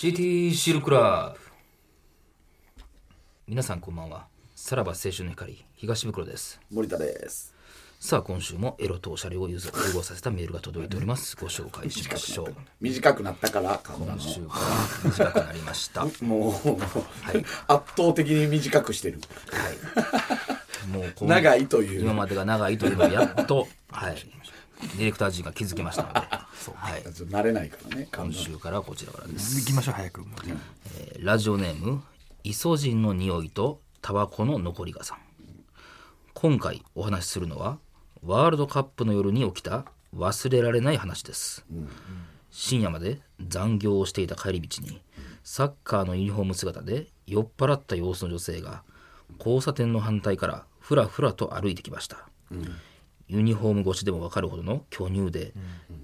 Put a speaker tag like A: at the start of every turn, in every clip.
A: CT シールクラブ皆さんこんばんはさらば青春の光東袋です
B: 森田です。
A: さあ今週もエロとおしゃれを融合融合させたメールが届いておりますご紹介しましょう
B: 短くなったから、こんなの
A: 今週から短くなりましたはい
B: もう、圧倒的に短くしてる。
A: もうこの
B: 長いという。
A: 今までが長いというのをやっとはいディレクター陣が気づきました のではい
B: ちょっと慣れないからね。
A: 今週からこちらからです
C: 行きましょう早くもう
A: えーラジオネームイソジンの匂いとタバコの残りがさん今回お話しするのはワールドカップの夜に起きた忘れられない話です、深夜まで残業をしていた帰り道にサッカーのユニフォーム姿で酔っ払った様子の女性が交差点の反対からふらふらと歩いてきました、ユニフォーム越しでも分かるほどの巨乳で、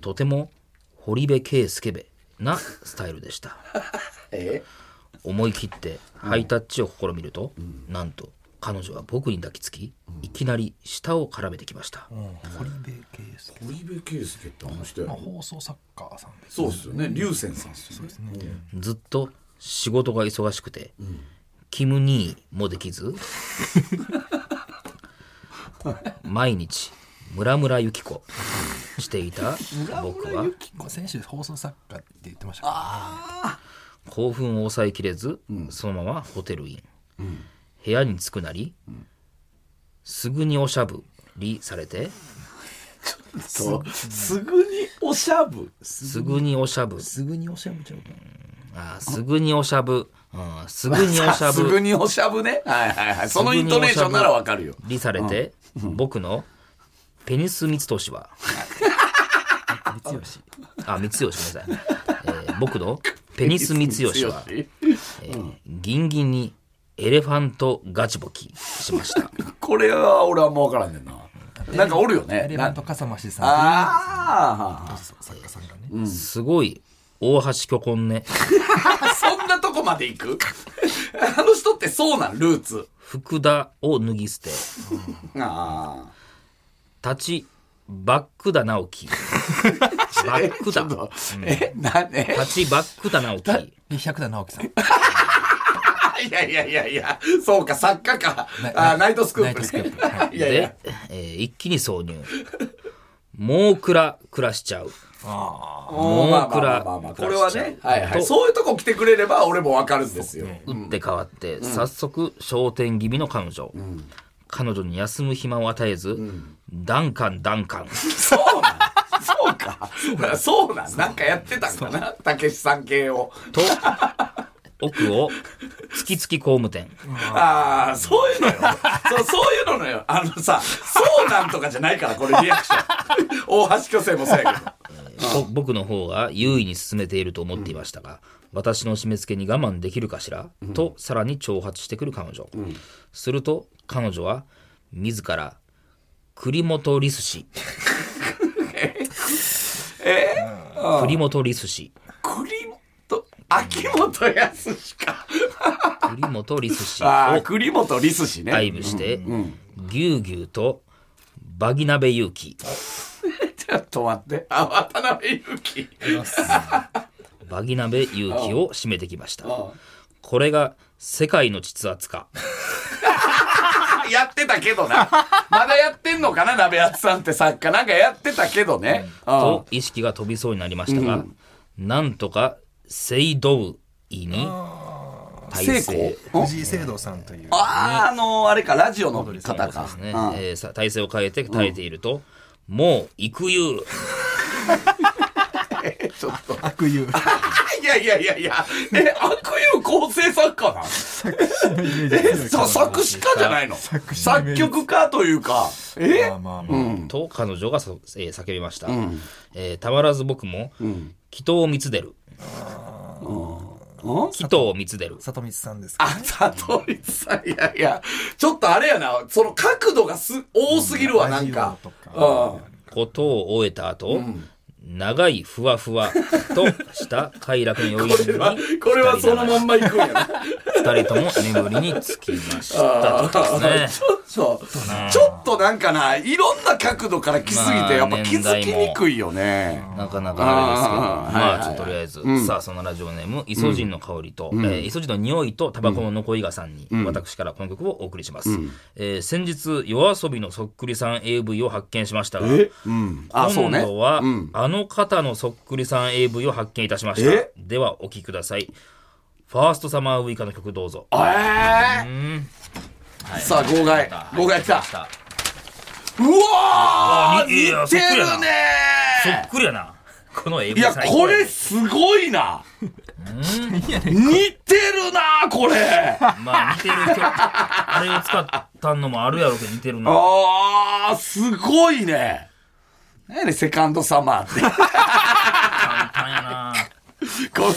A: とても堀部圭介部なスタイルでした
B: え
A: 思い切ってハイタッチを試みると、なんと彼女は僕に抱きつき、いきなり舌を絡めてきました、
C: 堀部圭介
B: 堀部圭介ってあの人
C: まあ
B: や。
C: 放送作家さんです
B: そうですよね。龍泉さんですよね。
A: ずっと仕事が忙しくて、キムニーもできず毎日ムラムラユキコしていた僕は
C: これ先週放送作家って言ってましたか
A: 興奮を抑えきれず、そのままホテルイン、部屋に着くなり、すぐにおしゃぶりされて
B: そう。すぐにおしゃぶ。
A: すぐにおしゃぶ
C: すぐにおしゃべちゃう
A: あーすぐにおしゃぶ、うん、すぐに おしゃ
B: すぐ
A: ぶ
B: におしゃぶね。はいはいはい。そのイントネーションならわかるよ。
A: りされて、僕のペニス三俊は、
C: 三吉
A: あ、三吉ごめんなさい、えー僕のペニス三吉は、えーギンギンにエレファントガチボキしました。
B: これは俺はもうわからんねんな。なんかおるよね。
C: エレファント笠間氏さん
B: あ
C: という作家さんがね
A: すごい大橋巨根ね、
B: あ。そんなとこまで行くあの人ってそうなん、ルーツ。
A: 福田を脱ぎ捨て、
B: ああ。
A: 立ち、バックダ直 樹。バックダ。
B: え、な、え
A: 立ち、バックダ直樹。
C: で百田直樹 さん
B: いやいやいやいや、そうか、作家か。あーナイトスクープ、ね。、
C: ナイトスクープはい
B: やいや
A: で、、えー一気に挿入。もうくら暮らしちゃう。
B: も
A: もうくら
B: これはね、はいは
A: と
B: い。そういうとこ来てくれれば俺もわかるんですよ。
A: 打って変わって、早速焦点気味の彼女、彼女に休む暇を与えず、ダンカンダンカン
B: そうなん。そうか。そうなん。なんかやってたんかな。たけしさん系を。
A: と奥をつきつき工務店
B: ああ、そういうのよ。そうそういうののよ。あのさ、そうなんとかじゃないから、これリアクション。大橋巨星もそうやけど。
A: ぼ僕の方が優位に進めていると思っていましたが、私の締め付けに我慢できるかしら、とさらに挑発してくる彼女、すると彼女は自ら栗本リス氏栗本リス氏
B: 栗本、秋元康か。
A: 栗本リス氏
B: ああ、
A: を
B: 栗本リス氏ね。
A: ダイブしてぎゅうぎゅうとバギナベ勇気
B: ちょっと待って。あ、渡辺裕樹。
A: バギナベ勇気を締めてきましたこれが世界の実圧か
B: あやってたけどな。まだやってんのかな、鍋厚さんって作家。なんかやってたけどね。うん
A: と意識が飛びそうになりましたが、なんとかセイドウイに体
B: 成
A: 勢
B: 功
C: 藤井聖堂さんという
B: あー、あのー、あれか、ラジオの方か。
A: ね、えーさ体勢を変えて耐えていると、もう行くゆう
B: え ちょっと。
C: 悪友
B: いやいやいやいや。え、悪友構成作家なえ、さ作詞家じゃないの
C: 作詞
B: 作曲家というか。え
C: まあまあま
A: と彼女がそ、えー叫びました、えーたまらず僕も「祈祷を見つでる」「祈祷を見つでる」
C: あ里光さんです
B: あ、佐藤一さん、いやいや、ちょっとあれやな、その角度がす多すぎるわ、なんか。
C: ラジオ
B: う
C: と
B: ん。
A: ことを終えた後、長いふわふわとした快楽の余韻に
B: これはそのまんま行くんやな。
A: 二人とも眠りにつきましたということ です
B: ちょっと、ちょっとなんかな、いろんな角度から来すぎ
A: まあ
B: て、やっぱ気づきにくいよね。
A: ね。なかなかあれですけど、
B: あー
A: ま
B: はいはい
A: あ
B: はい
A: ちょっととりあえず、さあそのラジオネーム、イソジンの香りと、えーイソジンの匂いとタバコの残りがさんに、私からこの曲をお送りします。えー先日、夜遊びのそっくりさん AV を発見しましたが、
B: うん。あ、そう
A: 今
B: ね。
A: 度は、
B: うん。
A: あの方のそっくりさん AV を発見いたしました
B: え。
A: ではお聴きください。ファーストサマーウイカの曲どうぞ。
B: えーさあ、号外。号外来た。
A: た。
B: うわー
A: あにいや
B: 似
A: そ
B: て
A: っくりや
B: る
A: な
B: ね
A: そっくりやな。この AV
B: いや、
A: 最高
B: これすごいな似てるなこれ
A: まあ似てる曲。あれを使ったのもあるやろうけど似てるな。
B: あー、すごいね何やねんセカンドサマーって。
A: 簡単やな。
B: こう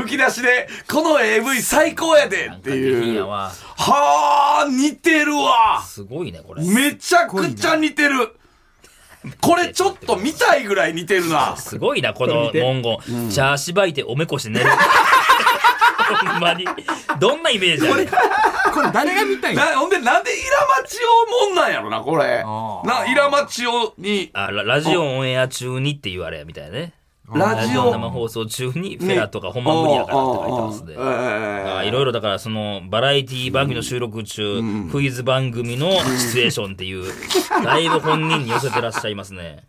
B: 吹き出しで、この AV 最高やで
A: なん
B: っ
A: か
B: て
A: 下品
B: い
A: や
B: う。
A: わ。
B: はー、似てるわ
A: すごいね、これ。
B: めちゃくちゃ似てるこれちょっと見たいぐらい似てるな
A: すごいな、この文言。チャーシバいておめこして寝る。ほんまに。どんなイメージやねん
C: これ誰が見たい
B: なほんで、なんでイラマチオもんなんやろな、これ。
C: あー
B: な、イラマチオに、
A: あララジオオンエア中にって言われやみたいなね。
B: ラ
A: ラ
B: ジ
A: ジ
B: オ
A: オ
B: に
A: 生放送中にフェラとかほんま無理やからって書いてますね
B: あ。ーあーあー
A: あいろいろだからそのバラエティ番組の収録中、クイズ番組のシチュエーションっていう、だいぶ本人に寄せてらっしゃいますね。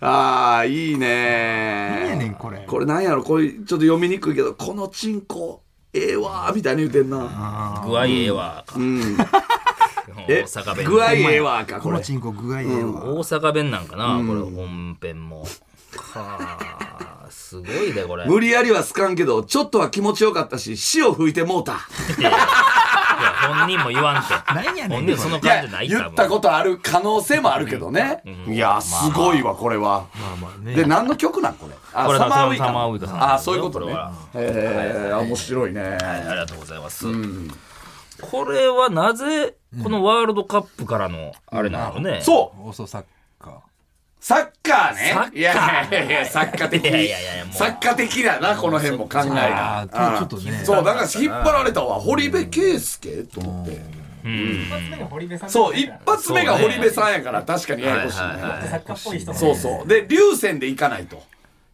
B: あー、いいね
C: 何やねんこれ
B: これなんやろ、これちょっと読みにくいけど、このチンコ、ええわー、みたいに言うてんな。
A: 具合ええわか。 大
B: え
A: 阪、弁。
B: 具合ええわーか、
C: こ
B: こ
C: の
B: れ。
C: チンコ具合ええわ
A: 大阪弁なんかな、これ本編も。はあ、すごいね、これ。
B: 無理やりはすかんけど、ちょっとは気持ちよかったし、死を吹いてもうた。
A: いやいや本人も言わんて。
C: 何やねん
A: 本人その
B: い
A: 感
B: や
A: じない、
B: 言ったことある可能性もあるけどね。いや、すごいわ、これは。
C: まあまあ
B: で、
C: ね
B: 何の曲なんこれ。あ
A: これ
B: サマーウイ
A: サマーウイ
B: カ
A: カさん
B: ああ、そういうこと
A: こ
B: ね
A: れは。
B: ええ、面白いね。
A: はい、ありがとうございます。これはなぜ、このワールドカップからの、あれなのね。
B: そう
C: 放送作家
B: サッカーね。
A: サッカー
B: いやいやいや、サッカー的。
A: いやいやいやいやもう
B: サッカー的だな、この辺も考え
C: あ
B: が。
C: あちょっとね
B: そう、だから引っ張られたわ。堀部圭介と思って。
A: うん。
B: そう、一発目が堀部さんやから、確かにややこしい
A: はいはいはい
B: ね。
D: 作家っぽい人も
B: そうそう。で、龍泉でいかないと。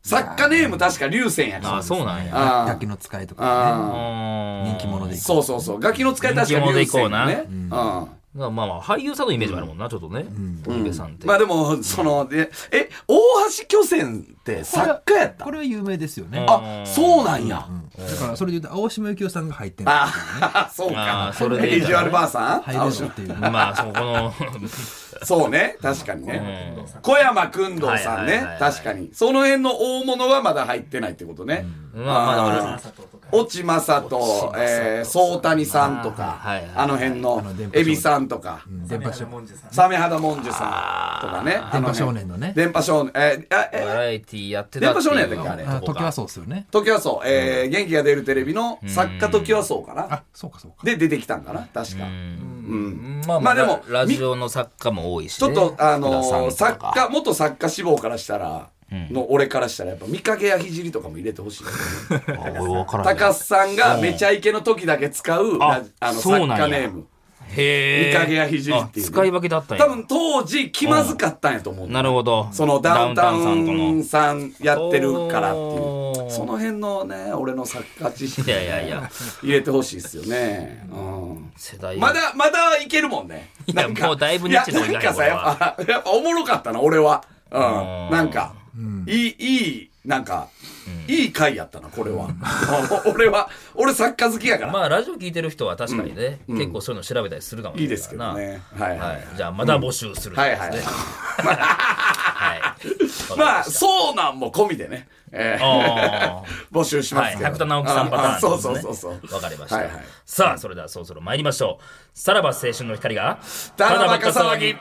B: 作家ネーム確か龍泉や
A: あ
B: か
A: そうなんや。
B: あー
C: 楽器の使いとか
B: ら。うん
A: 人
C: 人気者でいく
B: そうそうそう。ガキの使い確か龍泉やね。うん。
A: まあまあ、俳優さんのイメージもあるもんな、ちょっとね。堀部さんって。
B: まあでも、その、でえ、大橋巨泉って作家やった
C: これは有名ですよね
A: あ
B: あ、そうなんや。
C: だからそれで言うと青島由紀夫さんが入ってる
B: ああ、 そう
A: あー
B: か。
A: それでいい
B: ビ
A: か
B: ジュアルバーさん
C: 入れるっていう
A: まあ、そ この、
B: そうね。確かにね。小山君堂さん
A: はいはい
B: ね
A: はいは。い
B: 確かに。その辺の大物はまだ入ってないってことね。
A: まあまあだから
B: あー越智正人、えー、総谷さんとか
A: はいはい、
B: あの辺の
C: あの電、波少
B: エ
C: 年
B: ビさんとか、
C: 電波少
D: モンジュさん
B: サメ肌もんじゅさんとかね。あ
C: 電
B: の
C: 波
B: 辺
C: 少年のね
B: 電波少年、えー、あ
A: バ
B: え、
A: ラエティやってたっていう。
B: 電波少年やったっけあれ
C: あ時は
A: そ
C: そうっすよね
B: 時はそう、えー、元気が出るテレビの作家時はそうかな。
C: あそうかそうか
B: で、出てきたんかな。確か。
A: うん。まあ
B: ま
A: ま
B: あ
A: あ、
B: で
A: で
B: も
A: も、ラジオの作家も多いし
B: ちょ
A: ね。
B: っと、あ
A: 福田さん
B: の
A: と
B: ー、
A: か
B: 作家、元作家志望からしたら、の俺からしたら、やっぱ、見かけやひじりとかも入れてほ しいよね。
A: あ俺分からん
B: 高須さんがめちゃイケの時だけ使う、ラジあの、
A: そ
B: 作
A: うなんや
B: 家ネーム。
A: へえ。
B: 見かけやひじりっていう
A: あ使い分けだったんや。
B: 多分当時気まずかったんやと思う。
A: なるほど。
B: そのダウンタウ
A: さんとの
B: ン。さんやってるからっていう。
A: おー
B: その辺のね、俺の作家知識
A: いやいやいや、
B: 入れてほしいですよね。うん
A: 世代
B: まだ、まだいけるもんね。
A: いや
B: なんか
A: もうだいぶ
B: い
A: ニ
B: や
A: ッ、チな方がいい
B: なんかさ、
A: 俺
B: や
A: は
B: っぱ、 やっぱおもろかったな、俺は。うん
A: ん。
B: なんか、いい、いい、なんか、いい回やったな、これは。 俺は、俺作家好きやから。
A: まあラジオ聞いてる人は確かにね、結構そういうの調べたりするかもし
B: い
A: れな
B: いで
A: い
B: す
A: か
B: け
A: らな
B: どね。はいは
A: はい
B: い。、
A: じゃあまだ募集する
B: はいはい
A: ですね。はい。
B: まあ、
A: そ
B: そうなんも込みでね。えー
A: あー
B: 募集しますけど。
A: はい、百田直樹さんパターン、
B: あ
A: ね。
B: あそうそうそうそう。
A: わかりました、
B: はいはい
A: さあ、それではそろそろ参りましょう。さらば青春の光が、
B: ただバカ騒ぎ。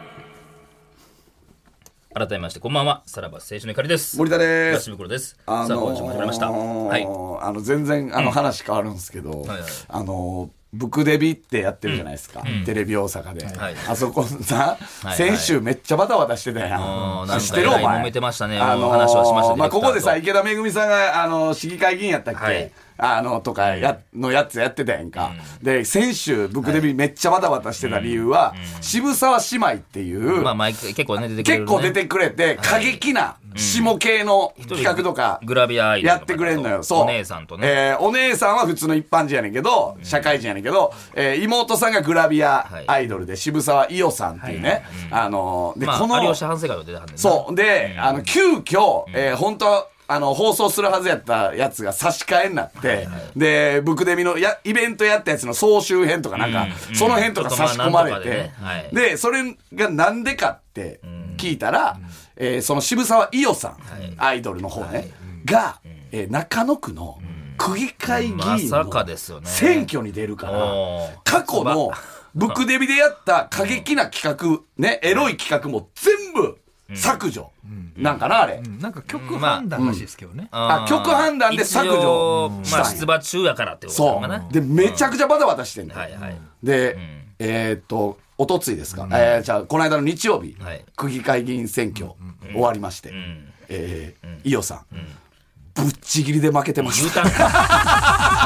A: 改めまして、こんばんは。さらば青春の光です。
B: 森田で
A: 東
B: す。
A: 袋です。
B: あ
A: さあ、
B: の
A: 今週も始まりました。はい。
B: ー、あの、全然、あの、話変わるんですけど
A: はいはい、
B: あのー、ブクデビってやってるじゃないですか。テレビ大阪で
A: はい。
B: あそこさ
A: は、い
B: 先週めっちゃバタバタしてたや
A: あーなんか
B: ん。知ってるお前。
A: えらい揉めてましたね話はしましたねディレク
B: まあ、
A: ターと
B: ここでさ、池田めぐみさんが、あのー、市議会議員やったっ
A: はい
B: けあの、とかや、のやつやってたやんか。で、先週、ブクデビめっちゃバタバタしてた理由は、渋沢姉妹っていう、
A: まあ、毎回結構ね、出てくれる、
B: 結
A: ね。
B: 構出てくれて、過激な下系の
A: 一人
B: 企画とか、
A: グラビアアイドル
B: や
A: の方
B: っ
A: と
B: てくれんのよ。そう。
A: お姉さんとね。
B: えーお姉さんは普通の一般人やねんけど、社会人やねんけど、えー妹さんがグラビアアイドルで、渋沢伊代さんっていうね、あのー、で、
A: まあ、
B: この、
A: 有吉反省会を出てはんねんな
B: そう。で、あの、急遽、えー本当はあの、放送するはずやったやつが差し替えになって、で、ブクデミのや、イベントやったやつの総集編とかなんか、
A: うんうん
B: その辺とか差し込まれ
A: ちょっとまあなんとか
B: て
A: でねはい、
B: で、それがなんでかって聞いたら、えーその渋沢伊代さん、アイドルの方ね、が、えー中野区の区議会議員
A: まさかですよ
B: の
A: ね
B: 選挙に出るから、
A: おー
B: 過去のブクデビでやった過激な企画、ね、エロい企画も全部削除。なんかな、あれ。
C: うんなんか曲判断らしいですけどね。
B: あ局判断で削
A: 一応
B: 除したん
A: ま
B: や
A: あ、出馬中やからってことなの
B: そ
A: かな
B: う。で、めちゃくちゃバタバタしてんねん
A: はいはい。
B: で、えーっと、おとついですか。えーじゃあ、この間の日曜日
A: はい、
B: 区議会議員選挙終わりまして、えー伊代さん、ぶっちぎりで負けてま
A: 言う
B: した。
A: たんか。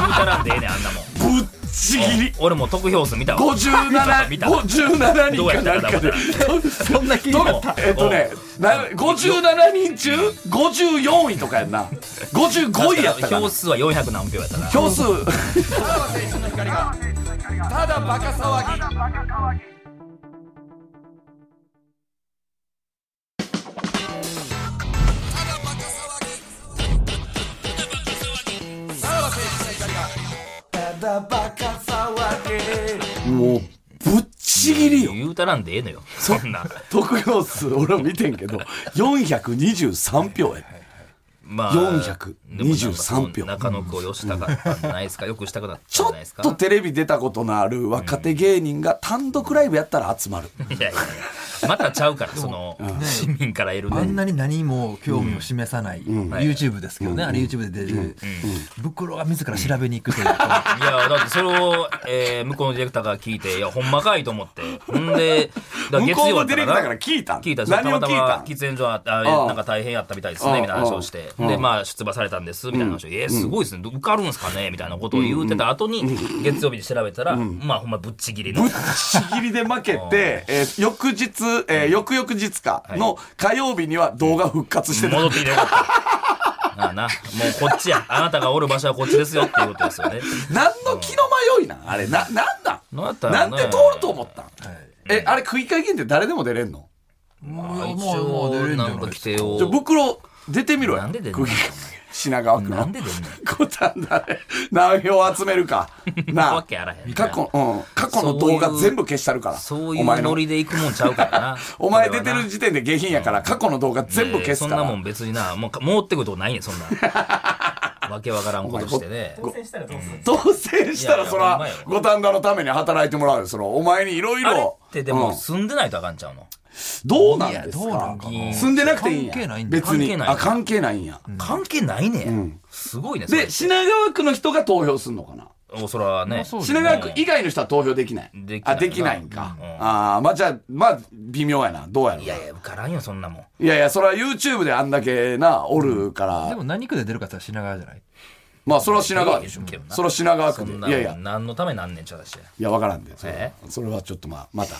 A: 言うたらんでええねん、あんなもん。
B: ぶっちぎり。
A: 俺も得票数見たわ。
B: 57、
A: 見た見
B: 57
A: ど
B: 人
A: うや
B: か
A: った
B: な
A: か
B: んか
A: だ
B: で
A: か。
C: そんな気になった。
B: えっとね、な57人中54位とかやんな55位やった
A: た
B: か
A: 票
B: な
A: 数は400何票やったな。
B: 票数ただバカ騒ぎもうぶっちぎりよ
A: 言うたらんでええのよ。そんな。
B: 得票数俺は見てんけど423票や
A: まあ、
B: 423票
A: 中野区をよしたかったんじゃないですか。よくしたくなったん
B: ち
A: じゃ
B: ょ
A: ないです
B: っ
A: か。
B: とテレビ出たことのある若手芸人が単独ライブやったら集まる。
A: いやいやいやまたちゃうから、その、市民から得る
C: あん
A: ね。
C: なに何も興味を示さない YouTube ですけどね、あれ YouTube で出る、袋が自ら調べに行くというか、
A: いや、だってそれを、えー向こうのディレクターが聞いて、いや、ほんまかいと思って。ほんで、だから
B: 向こうの
A: 月
B: ディ
A: 曜や
B: レ
A: っ
B: クタ
A: た
B: ーから聞いたん
A: 聞いたんですよ
B: 何
A: たま
B: を
A: た
B: 聞い
A: ま
B: た
A: 喫煙所あったあ
B: ああ
A: なんか大変やったみたいですねみたいな話をしてでまあ出馬されたんですみたいな話を「えーすごいですねど受かるんですかね」みたいなことを言うてた後に月曜日に調べたらまあほんまぶっちぎりの
B: ぶっちぎりで 負けて、えー翌日、えー翌々日かの火曜日には動画復活してた。
A: 戻ってきてよかったああなもうこっちやあなたがおる場所はこっちですよっていうことですよ ね
B: 何の気の迷いなんあれ、な、なんだ
A: なんやったら
B: な
A: ね
B: んで通ると思ったんえ、あれ区議会議員って誰でも出れんの
C: も
A: まあ
C: う、
A: 一
C: もう、もう出
A: 応
C: るんじ
A: な
C: ゃ
A: ん
C: な
A: か
C: いで
A: 規
C: すか。
A: 定を
B: じゃあ袋出てみろよ。
A: なんで出んの
B: 区議会品川区の。
A: なんで出んの
B: こたんだね。何票集め るか。なあ
A: わけあらへん
B: 過去、うん。過去の動画全部消したるから。
A: そうい
B: お前
A: う
B: の
A: ノリで行くもんちゃうからな
B: お前
A: これ
B: 出
A: は
B: て
A: な
B: る時点で下品やから、過去の動画全部消す
A: そん
B: か
A: なも
B: ら。
A: ん別になもうか戻ってくるとこないねんそ んなわけわからんことしてね
B: 当選したら、そら
A: いやいや、ほんま
B: 五反田のために働いてもらうよ。その、お前にいろい
A: あれ
B: ろ
A: っ。てでも住んでないとあかんちゃうの、
B: どうなんです
C: いやどうな
B: か
C: んか
A: な
B: 住んでなくていいんや。
C: 関係ないんだ
B: 別に
A: 関係。ない
B: あ、関係ないんや。
A: 関係ないねや、すごいねそれ
B: で、品川区の人が投票すんのかな
A: おそらね、
C: そうですね
B: 品川区以外の人は投票できない。
A: できない
B: あ、できないんか。
A: うん
B: ああ、まあじゃあ、まあ、微妙やな。どうやろう
A: い
B: な。
A: やいや受からんよそんなもん
B: いやいや、それは YouTube であんだけな、おるから、
C: でも何区で出るかって言ったら品川じゃない
B: まあ、それは品川
A: いい
B: で
A: でしょうけどな
B: それは品川
A: そ
B: 区で。
A: ん
B: い
A: な
B: やい
A: も
B: や
A: ん、何のためなんねんちゃうし
B: いや、わからんで、それは
A: え
B: それはちょっとまあ、また。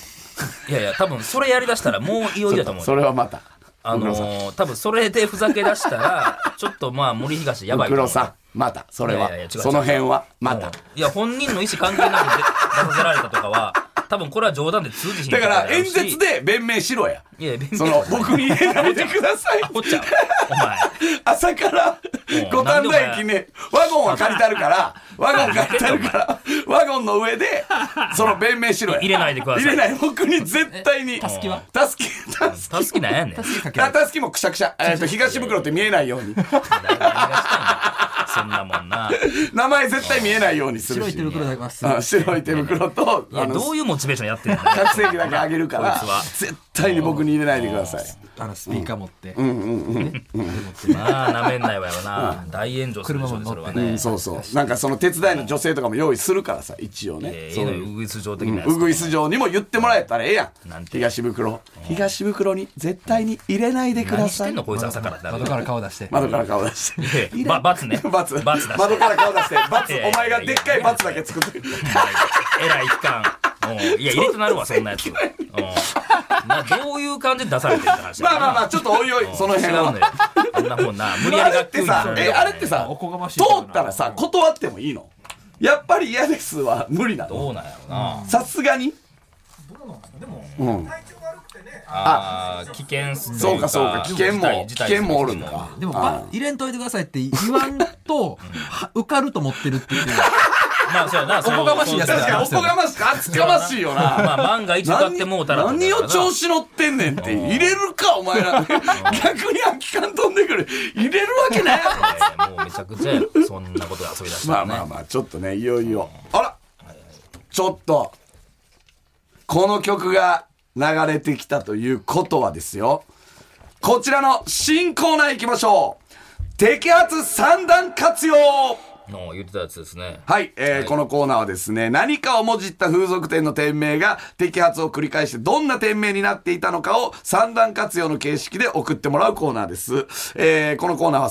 A: いやいや多分それやりだしたらもういよいよだと思う
B: それはまた。
A: あのー、多分それでふざけ出した らちょっとまあ森東やばいと思
B: 黒
A: う
B: さん、また、それ
A: い
B: は
A: やいや違う違。う
B: その辺は、ま
A: う
B: た
A: ん。いや本人の意思関係なく出出させられたとか は多分これは冗談で通じひん
B: だ
A: こと
B: か
A: や
B: ら、
A: ろう
B: 演
A: し
B: 説で弁明しろや。
A: いや弁明
B: その、僕に入れないでください。
A: おっちゃんお前
B: 朝から
A: うん
B: 五反田駅ねワゴンは借りた るからワゴン借りたるからワゴンの上でその弁明しろや
A: 入れないでください
B: 入れない僕に絶対にたす
A: きは
B: たすきたすき
A: 助けなんやねん
B: あたすきもくしゃくしゃえっと東袋って見えないように
A: 何がしたいんだそんなもんな。
B: 名前絶対見えないようにする
C: 白い
B: し
C: 手袋だけはす
B: あ白い手袋と
A: いや、
B: あ
A: ど
B: の
A: ういうモチベーションやってんの
B: 拡声器だけあげるから
A: こいつは
B: 絶対に僕に入れないでください
C: あのスピーカー持って、
A: まあ、なめんないわよな。大炎上するでしょうね、それは
B: う
A: ね
B: ん。そうそうなんかその手伝いの女性とかも用意するからさ一応ね
A: ええ
B: そういう
A: ウグイス状的なや
B: う
A: つ。
B: ぐいす城にも言ってもらえたらええやん
A: なんて
B: 東袋東袋に絶対に入れないでくだ
A: 何し
B: さ
A: て
B: い
A: んのこいつ朝からってなる
C: 窓から顔出して、
B: 窓から顔出し
A: いやいやば罰ね。 罰
B: 罰
A: 出して
B: 窓から顔出 して罰
A: いやいやい
B: お
A: や
B: 前がでっかい罰だけ作って
A: えらい期間。もういや、入れとなるわ、そんなやつ。うんなどういう感じで出されてるって話だ
B: まあまあま
A: あ、
B: あちょっとおいおいその辺
A: 違う
B: は
A: のよ。あんなもんな、無理や
B: あ
A: り
B: れっ
A: 学級
B: て
A: に
B: さえあれってさ
C: おこがましい
B: 通
C: けどな
B: ったらさ断ってもいいのやっぱり嫌ですは無理なの
A: どうなんやろうな。
B: さすがにうん
A: あー危険す
B: そうかそうか危険も危険もおるのか
C: でもば入れんといてくださいって言わんとは受かると思ってるっていう
A: まあ、そうやな、お
C: おこがましいやつだ
B: 確かにおこがましく厚かましいよな
A: まあ、万が一受かってもうたら
B: 何何を調
A: 子
B: 子乗ってんねんって入れるかお前ら逆に空き缶飛んでくる入れるわけないやろ
A: もうめちゃくちゃやそんなことで遊び出した
B: ま
A: ら
B: あ
A: ね。
B: まあまあちょっとねいよいよあらちょっとこの曲が流れてきたということはですよこちらの新コーナー行きましょう摘発三段活用
A: の言ってたやつですね。
B: はい、えーこのコーナーはですね、何かをもじった風俗店の店名が摘発を繰り返してどんな店名になっていたのかを三段活用の形式で送ってもらうコーナーです。えーこのコーナーは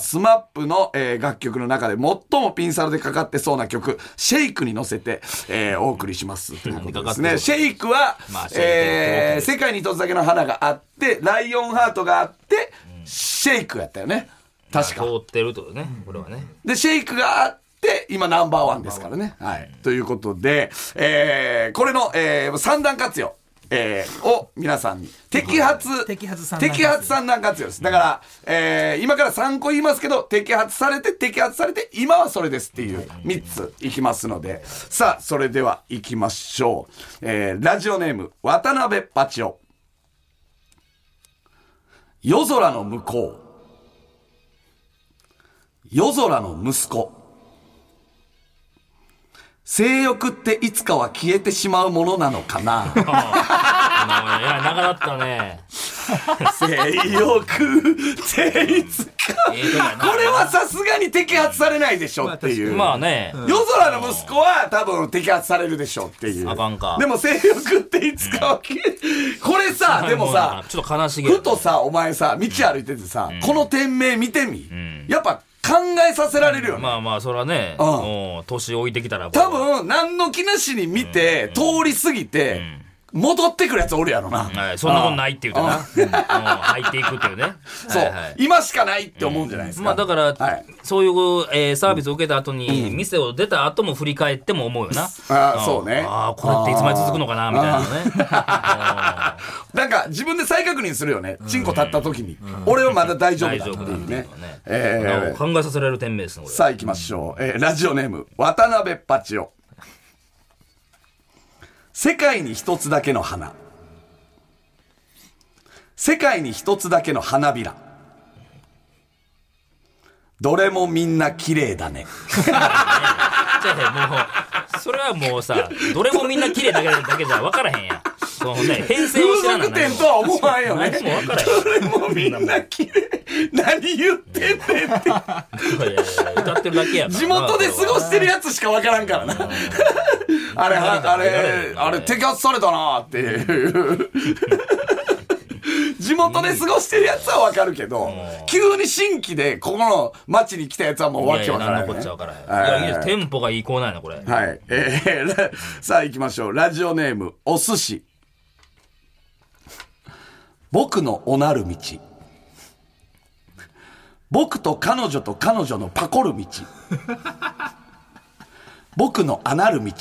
B: SMAP の、えー楽曲の中で最もピンサロでかかってそうな曲、シェイクに乗せて、えーお送りしますということですね。
A: 何か
B: シ
A: か
B: ェイクは、
A: まあシェイク
B: えー
A: シェ
B: 世界に一つだけの花があって、ライオンハートがあって、シェイクやったよね。確か
A: 通。ってるとね、これはね。
B: で、シェイクがあって、今ナンバーワンですからね。はい。ということで、えー、これの、えー、三段活用。えー、を皆さんに摘発
C: 摘発三段活
B: 摘
C: 用
B: 発三段活用ですだから、えー、今から3個言いますけど摘発されて摘発されて今はそれですっていう3ついきますのでさあそれでは行きましょう、えー、ラジオネーム渡辺パチオ夜空の向こう夜空の息子。性欲っていつかは消えてしまうものなのか な
A: あの、えらい長だったね。
B: 性欲っていつか。 こ
A: ええとこやな
B: れはさすがに摘発されないでしょっていう。
A: まあね、
B: 夜空の息子は多分摘発されるでしょっていう。
A: あかんか
B: でも性欲っていつかは消え、これ さ、でもさ、
A: ちょっと悲しげやな。
B: ふとさ、お前さ、道歩いててさ、この店名見てみ。やっぱ考えさせられるよね。
A: まあまあ、そらね、
B: うん
A: もう年老いてきたら。
B: 多分、何の気なしに見て、通り過ぎて、戻ってくるやつおるやろな。
A: はい、そんなことないって言うてな。うんうん入っていくっていうね。
B: そう、
A: はいはい
B: 今しかないって思うんじゃないですか。
A: まあだから、
B: はい
A: そういう、えーサービスを受けた後に、店を出た後も振り返っても思うよな。
B: あーそうね
A: ああ、これっていつまで続くのかな、みたいなのね。あー
B: なんか、自分で再確認するよね。チンコ立った時に。俺はまだ大丈夫
A: 大
B: だ
A: 丈
B: って
A: 夫
B: い
A: だっ
B: う
A: ていう
B: ね
A: のはね。。
B: え
A: 考
B: ー
A: えさせられる点名ですね、これ。
B: さあ行きましょう。えーラジオネーム、渡辺パチオ。世界に一つだけの花。世界に一つだけの花びら。どれもみんな綺麗だね。
A: じゃあね、もう、それはもうさ、どれもみんな綺麗だけだけじゃ分からへんやん。そのね、編成を知ら
B: 風
A: ない。
B: 俗店とは思わんよね。
A: 何も分からへん。
B: どれもみんな綺麗。何言ってんねんって。
A: いやいやいや歌ってるだけやからな
B: 地元で過ごしてるやつしかわからんからな。あれ、あれ、あれ、摘発されたなっていう。地元で過ごしてるやつはわかるけど、急に新規でここの町に来たやつはもうわ
A: い
B: け
A: や
B: わ
A: い
B: か
A: やな
B: ら
A: ん
B: ん、
A: のこっ
B: ね。
A: ちゃ分からへん。
B: は
A: い
B: い
A: やいいですテンポがいいコーナーやな、これ。
B: はい。えー らさあ行きましょう。ラジオネーム、お寿司。僕のおなる道。僕と彼女と彼女のパコる道。僕のあなる道。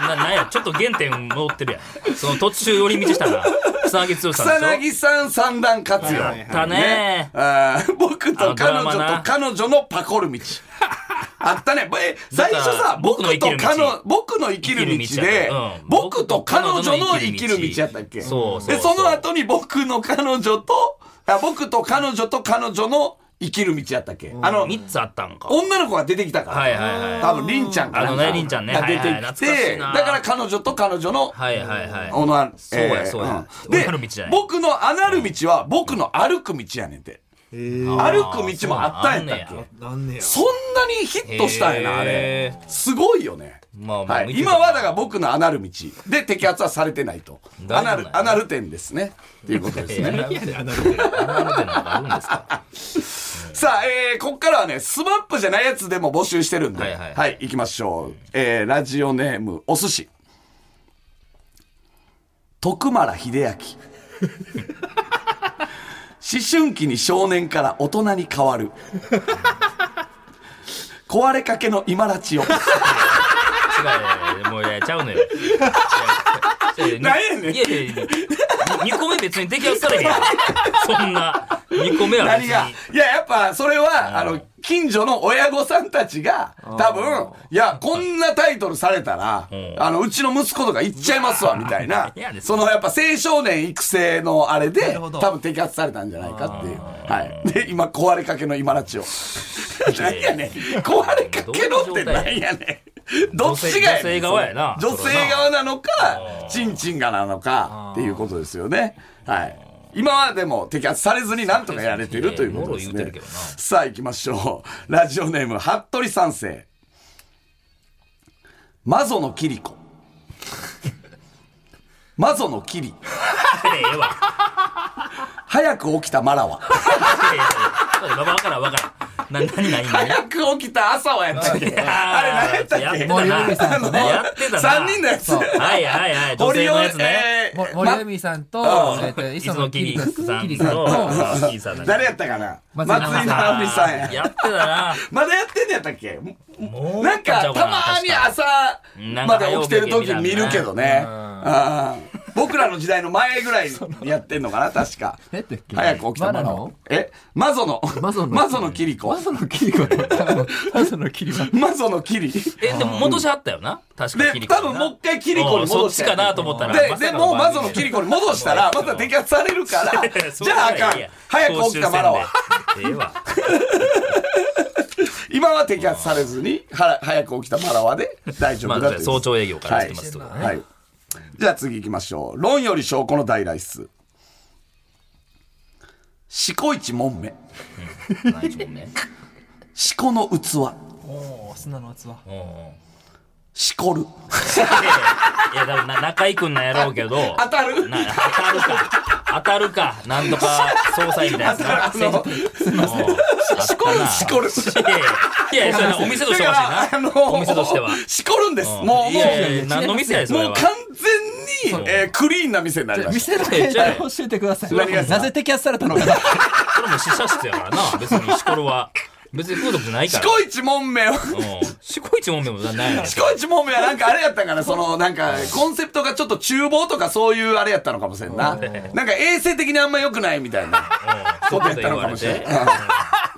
A: ななんや、ちょっと原点戻ってるやん。その途中寄り道したら、草薙剛さんでしょ
B: 草薙さん三段活用。
A: だね
B: あー 僕と
A: あの
B: 彼女
A: ドラマ
B: と
A: な
B: 彼女のパコ る道。あったね。え、最初
A: だから
B: さ、僕
A: 僕の生き
B: と
A: る道
B: 彼女、僕の生きる道で、
A: うん
B: 僕と彼女の生きる道やったっけ
A: そうそうそう
B: で、その後に僕の彼女と、あ僕と彼女と彼女の生きる道やったっけ、あの、
A: 3つあったんか。
B: 女の子が出てきたから。
A: はいはいはい。
B: 多分、りんちゃんかな
A: あのねりんちゃんね
B: が出てきて、
A: はいはい懐かしいな
B: だから彼女と彼女の
A: はいはいはい。
B: おのあ
A: そうや
B: えー
A: そうや
B: んで
A: おなる道じゃない
B: 僕のあなる道は僕の歩く道やねんて。歩く道もあった
A: あ
B: んやった
A: んね
B: っ
A: や
B: け
C: なんねや
B: そんなにヒットしたんやな、あ
A: へ
B: れ
A: ー。
B: すごいよね。
A: まあまあ
B: はい、
A: 見てた
B: 今はだから僕のアナル道で摘発はされてないと。
A: だ
B: ア
A: いぶ
B: ナ
A: ない
B: ル、アナル店ですね。っていうことですね。
A: えー
C: いやであんなこと
A: あんなことなんかあるんですか
B: さあ、えー、こっからはね、スマップじゃないやつでも募集してるんで、は
A: はいい
B: は、
A: はいい
B: 行きましょう。えー、ラジオネーム、お寿司。徳村秀明。思春期に少年から大人に変わ る。壊れかけの今ラチオ。
A: 違うよもういやちゃうのよ。違う違う
B: なんやねん
A: いやいやいや。二個目別に摘発されへんよ。そんな二個目は別
B: 何
A: に。
B: がいや、やっぱ、それは、あの、近所の親御さんたちが、多分、いや、こんなタイトルされたら
A: ん、
B: あの、うちの息子とか行っちゃいますわ、みたいな
A: やいやで、す
B: その、やっぱ、青少年育成のあれで、多
C: るほど
B: 分摘発されたんじゃないかっていう。はい。で、今、壊れかけの今ラチを。何やねん。壊れかけのって何やねん。どっちがやね
A: 女性
B: ん
A: 側やな
B: 女性側なのか、チンチンがなのか、っていうことですよね。はい。今はでも摘発されずになんとかやれてるということです
A: もろ言
B: ね
A: うてるけどな。
B: さあ行きましょう。 ラジオネーム、服部三世。マゾのキリコ。 マゾのキリ。
A: ええわ。
B: 早く起きたマラ
A: い
B: ワ。
A: やいやいやわからんわからん。な、なになに
B: 早く起きた朝はやったっけ あれ何やったっ
A: やって
B: け
A: たな
B: あの
A: やってたな
B: 三人のやつ。
D: そう
A: はいはいはい。女性のやつね。
B: えー
D: も森
B: ま
D: 海さんと、えっと、
A: いつ
D: 磯
A: も
D: 野
A: キ
D: キ
A: リ
D: リ
A: コ
D: コ
A: さ
D: さ
A: ん
D: ん
A: と
D: と、、
A: キリさんだ
B: 誰やったかな松
D: 松
B: 井
D: 井
B: 直美さんや。
A: やってたな。
B: まだやってんのやったっけ
A: もう
B: なんか、たまに朝まで起きてる時見るけどね。あー僕らの時代の前ぐらいにやってんのかな、確か。
D: えっとっけ
B: 早く起きた
D: マ
B: マ
D: ラ
B: の
D: の
B: えマゾの。マ
D: マゾの
B: ゾのキリコ
D: マ。ソのキリコと、マソのキリコ。
B: マゾのキリ。
A: え、でも戻しはったよな。確か
B: で、多分もう一回キリコに戻して。
A: そっちかなと思ったら。
B: で、でも、マゾのキリコに戻したら、また摘発されるから、じゃああかん。早く起きたマラは。。
A: ええわ。
B: 今は摘発されずに、はら早く起きたマラはで大丈
A: ま
B: 夫
A: あ、
B: だ
A: じ
B: と
A: ゃ
B: い
A: あ早
B: う。
A: 朝営業からしてますとか
B: はい、
A: ね。
B: はいじゃあ次行きましょう論より証拠の大来出四股一門目
A: 何丁目
B: 四股の器
D: おお、砂の器。
A: うんうん
B: しこる
A: いや、多分な中井くんなんやろうけど。
B: 当たる
A: な当たるか。当たるか。なんとか、総裁みたいなやつな。
B: あの
A: し
B: しこるしこる
A: いやいや、それはお店として
B: だ
A: ほしい
B: から
A: な。
B: あの
A: お店としては。
B: しこるんですもうもう
A: いやいや、何の店やでそれは。
B: もう完全に、えークリーンな店になりまし
D: 店
B: た
D: の携帯教えてください。
B: 何がですか
D: なぜ摘発されたのかな
A: これも死者室やからな。別にしこるは。別に風俗じゃないか
B: 四
A: ら。
B: 股一門目を
A: うんしこいちもんめもなんやねん。
B: 四股一門目はなんかあれやったんかな、そのなんかコンセプトがちょっと厨房とかそういうあれやったのかもしれんな。なんか衛生的にあんま良くないみたいな
A: そ
B: こ
A: う
B: と
A: いうこと言
B: やったのか
A: わ
B: も
A: れ
B: しれん。
A: て
B: で、。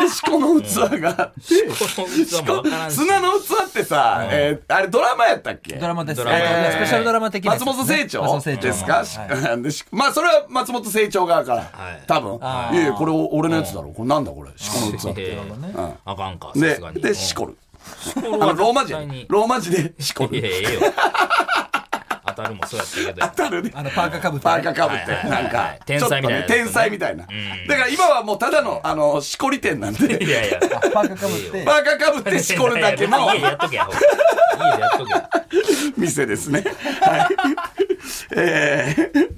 B: 四股の器があって、
A: この器もわからんし。
B: 砂の器ってさ、えーあれドラマやったっけ
D: ドラマです
A: ドラマ
D: ね。スペシャルドラマ的なやつ
B: 松
D: ですね
B: 本清張
D: 松本清張。
B: ですか、 でしまあそれは松本清張側から、
A: はい
B: 多分。いやいや、これ俺のやつだろ。これなんだこれ、四股の器。
A: えーあかんか、さ
B: です
A: が、に。
B: で、しこる。
A: る
B: あの、ローマ字や
A: い
B: ね。ローマ字でしこ
A: やいや、
B: る。
A: ええよ。当たるもそうやったけど。
B: 当たるね。
D: あの、パーカーかぶって。
B: パーカーかぶって、
A: はいはい
B: なんか、
A: 天才みたいなやつ
B: ちょっと
A: ね
B: ね天才みたいな。だから今はもうただの、あの、しこり店なんで、
A: いやいや。
D: パーカーかぶ って
B: パ。ーカーかぶってしこるだけの
A: 家でやっとけや、ほら家でやっとけや。
B: 店ですね。はい。えー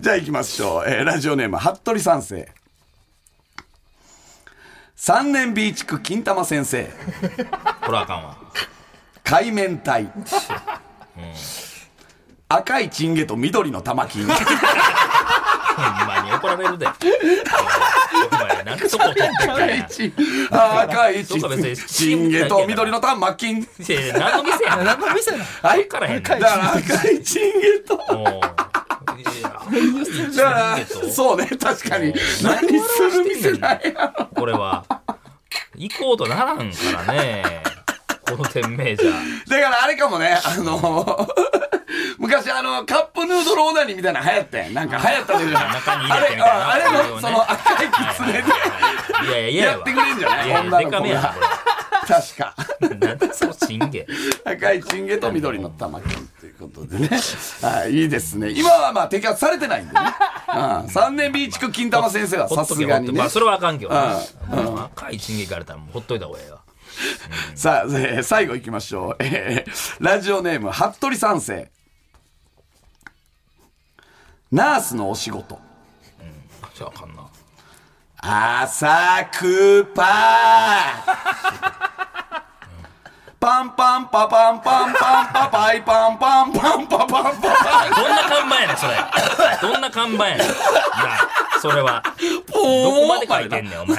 B: じゃあ行きましょう。えーラジオネーム、服部三世。三年 B 地区金玉先生、
A: ほら、あかんわ。
B: 海面体。赤いチンゲと緑の玉 金。
A: ほんまに怒られるで。ほんまに、なんでそこ取ってんか
B: 赤
A: い
B: いチン、赤いチ
A: そうか別に
B: ンチンゲと緑の玉金。
A: やいや何の店やねん。
D: 何の店なの
B: はい。
A: 分からへんねん
B: だから赤いチンゲと。
A: もう。いや
B: だから、
A: チンゲと
B: そうね、確かに。何する店なんや。
A: これは。行こうとならんからね。この店名じゃ。
B: だからあれかもね、あの、 昔あの、カップヌードルオナニーみたいなの流行ったやん。なんか流行ったでしょ。
A: 中に
B: あ
A: 入れて
B: れ、
A: みたいな。
B: ああれの、そ
A: これをね
B: の赤いキツネで
A: いやいや、嫌
B: や
A: や
B: っ
A: わ
B: てくれんじゃない
A: い
B: 女
A: やいや、で
B: の
A: か
B: 子
A: めやな、
B: が
A: こ。
B: 確か。
A: れ。なんでそう、チンゲ。
B: 赤いチンゲと緑の玉金ということでね。はい、いいですね。今はまあ摘発されてないんでね。うん、3年 B 地区金玉先生は
A: ほっ
B: さ
A: と
B: す
A: け
B: が
A: ほっ
B: に
A: と
B: ね
A: まあ、。それはあかんけどな
B: うん
A: もう赤いチンゲ行かれたら、もうほっといた方がええわ。
B: さあ、えー最後行きましょう。えーラジオネーム、服部三世。ナースのお仕事。
A: じゃああかんな。
B: 浅くパーパンパンパパンパンパンパパイパンパンパンパパンパパン
A: どんな看板やねん、それ。どんな看板やねん。なあそれは。
B: ポ
A: どこま
B: ー
A: で書いてんねん、お前。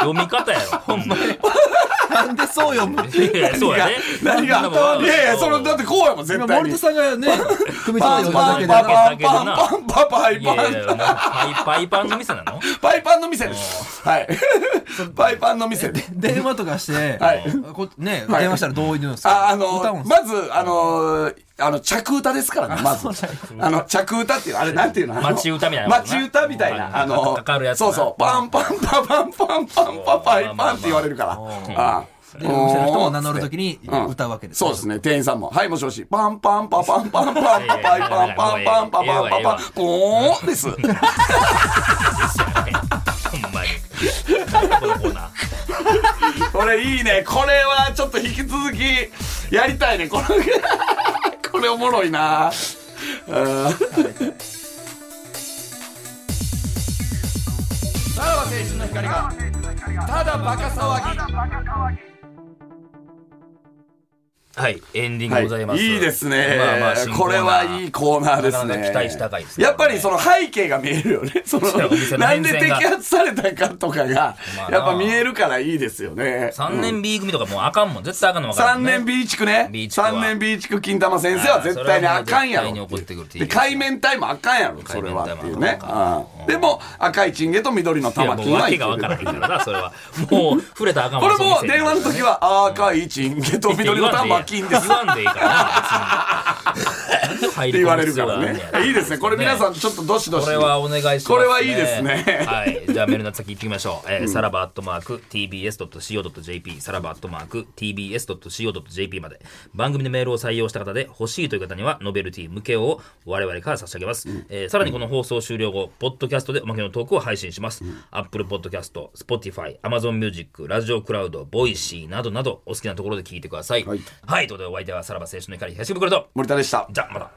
A: 読み方やろ、ほんまに。
C: なんでそう読む
A: いやそうやね。
B: 何
A: そんな
B: が
A: もん
B: いやいやそれだってこうやもん絶
C: 今
B: 対
C: 森
B: に
C: 田さんが ね組み
B: パン
C: 立てた
B: パ
C: だ
B: ン
C: け
B: パパンパ
C: で
B: ンパンパパイ
A: い
B: パ
A: や
B: ン
A: いやいやもうパイパイパンの店なの
B: パイパンの店ですはいパイパンの店で
C: 電話とかして
B: はい
C: こね
B: はい
C: 電話したらどう言うんですか
B: あ、あ
C: 歌う
B: の、
C: んですか
B: まず、あの、あの、着歌ですからね、まず。あの、着歌っていう、あれなんていうのあの
A: 街歌みたいな
B: 街歌みたい
A: うん
B: な。あの
A: かかるや、つな
B: そうそう、パンパンパンパンパンパンパンパイパンって言われるから。ああ
C: でお店の人も名乗るときに歌うわけです
B: そうですね、店員さんも。はい、もしもし。パンパンパパンパンパンパンパイパンパンパンパンパンパンパン。ポーンです。
A: ほんまに。このコーナー。
B: これいいね。これはちょっと引き続きやりたいね。この これおもろいな。うんさらば青春の光がただバカ騒ぎ
A: はい、エンディング
B: は
A: でございます。
B: いいですね、
A: まあまあ新コ
B: こ
A: ーナ
B: れ
A: ー
B: はいいコーナーですね
A: なかなか期待し高いですね
B: やっぱりその背景が見えるよねそ の
A: そうお店の
B: なん
A: 変遷
B: で
A: が
B: 摘発されたかとかが
A: まあな
B: やっぱ見えるからいいですよね
A: 3年 B 組とかもうあかんもん。絶対あかんの分かる、
B: 3年 B 地区ね
A: B 地区は
B: 3年 B 地区金玉先生は絶対にあかんやろ
A: それはもう絶対に怒ってくる T
B: で海面体もあかんやろそれはっていうねうんでも赤いチンゲと緑の
A: いや
B: 玉
A: もう
B: 金は
A: 訳
B: いけ
A: が分から
B: る
A: へんからな、それは。もう、触れたらあかん
B: こ
A: わ
B: れ
A: その
B: も
A: 店
B: 電話の時は赤いチンゲと緑の玉金です
A: 言わんでいいからな、別に。
B: っ
A: って
B: 言われるからねいいですねこれ皆さ
A: ん
B: んちょっとどしどし
A: これはお願いします、
B: これはいいですね
A: はい。じゃあメールの先行ってみましょう。えーさらばアットマーク tbs.co.jp さらばアットマーク tbs.co.jp まで番組でメールを採用した方で欲しいという方にはノベルティ向けを我々から差し上げます。えーさらにこの放送終了後、ポッドキャストでおまけのトークを配信します。Apple Podcast、Spotify、Amazon Music、ラジオクラウド、ボイシーなどなどお好きなところで聞いてください。
B: は
A: はいい。ということでお相手はさらば青春の光東袋と。
B: 森田でした
A: じゃあまた。